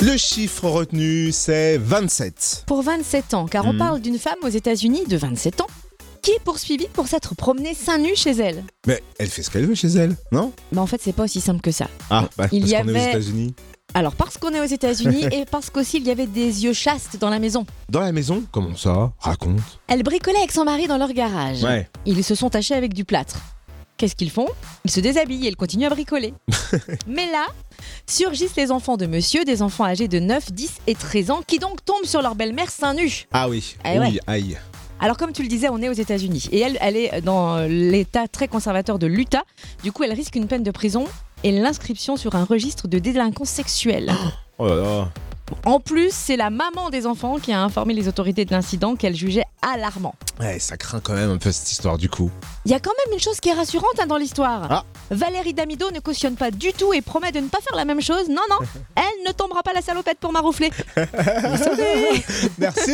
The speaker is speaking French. Le chiffre retenu, c'est 27. Pour 27 ans, car on Mhm. parle d'une femme aux États-Unis de 27 ans qui est poursuivie pour s'être promenée seins nus chez elle. Mais elle fait ce qu'elle veut chez elle, non Mais en fait, c'est pas aussi simple que ça. Ah, bah, Il parce y qu'on est avait- aux États-Unis. Alors, parce qu'on est aux États-Unis et parce qu'aussi il y avait des yeux chastes dans la maison. Dans la maison Comment ça Raconte. Elle bricolait avec son mari dans leur garage. Ouais. Ils se sont tachés avec du plâtre. Qu'est-ce qu'ils font Ils se déshabillent et ils continuent à bricoler. Mais là, surgissent les enfants de monsieur, des enfants âgés de 9, 10 et 13 ans, qui donc tombent sur leur belle-mère seins nus. Ah oui. Eh oui, aïe. Alors comme tu le disais, on est aux États-Unis et elle, elle est dans l'État très conservateur de l'Utah. Du coup, elle risque une peine de prison et l'inscription sur un registre de délinquance sexuelle. Oh là là. En plus, c'est la maman des enfants qui a informé les autorités de l'incident qu'elle jugeait alarmant. Ouais, ça craint quand même un peu cette histoire du coup. Il y a quand même une chose qui est rassurante hein, dans l'histoire. Ah. Valérie Damido ne cautionne pas du tout et promet de ne pas faire la même chose. Non, non, elle ne tombera pas la salopette pour maroufler. Vous savez. Merci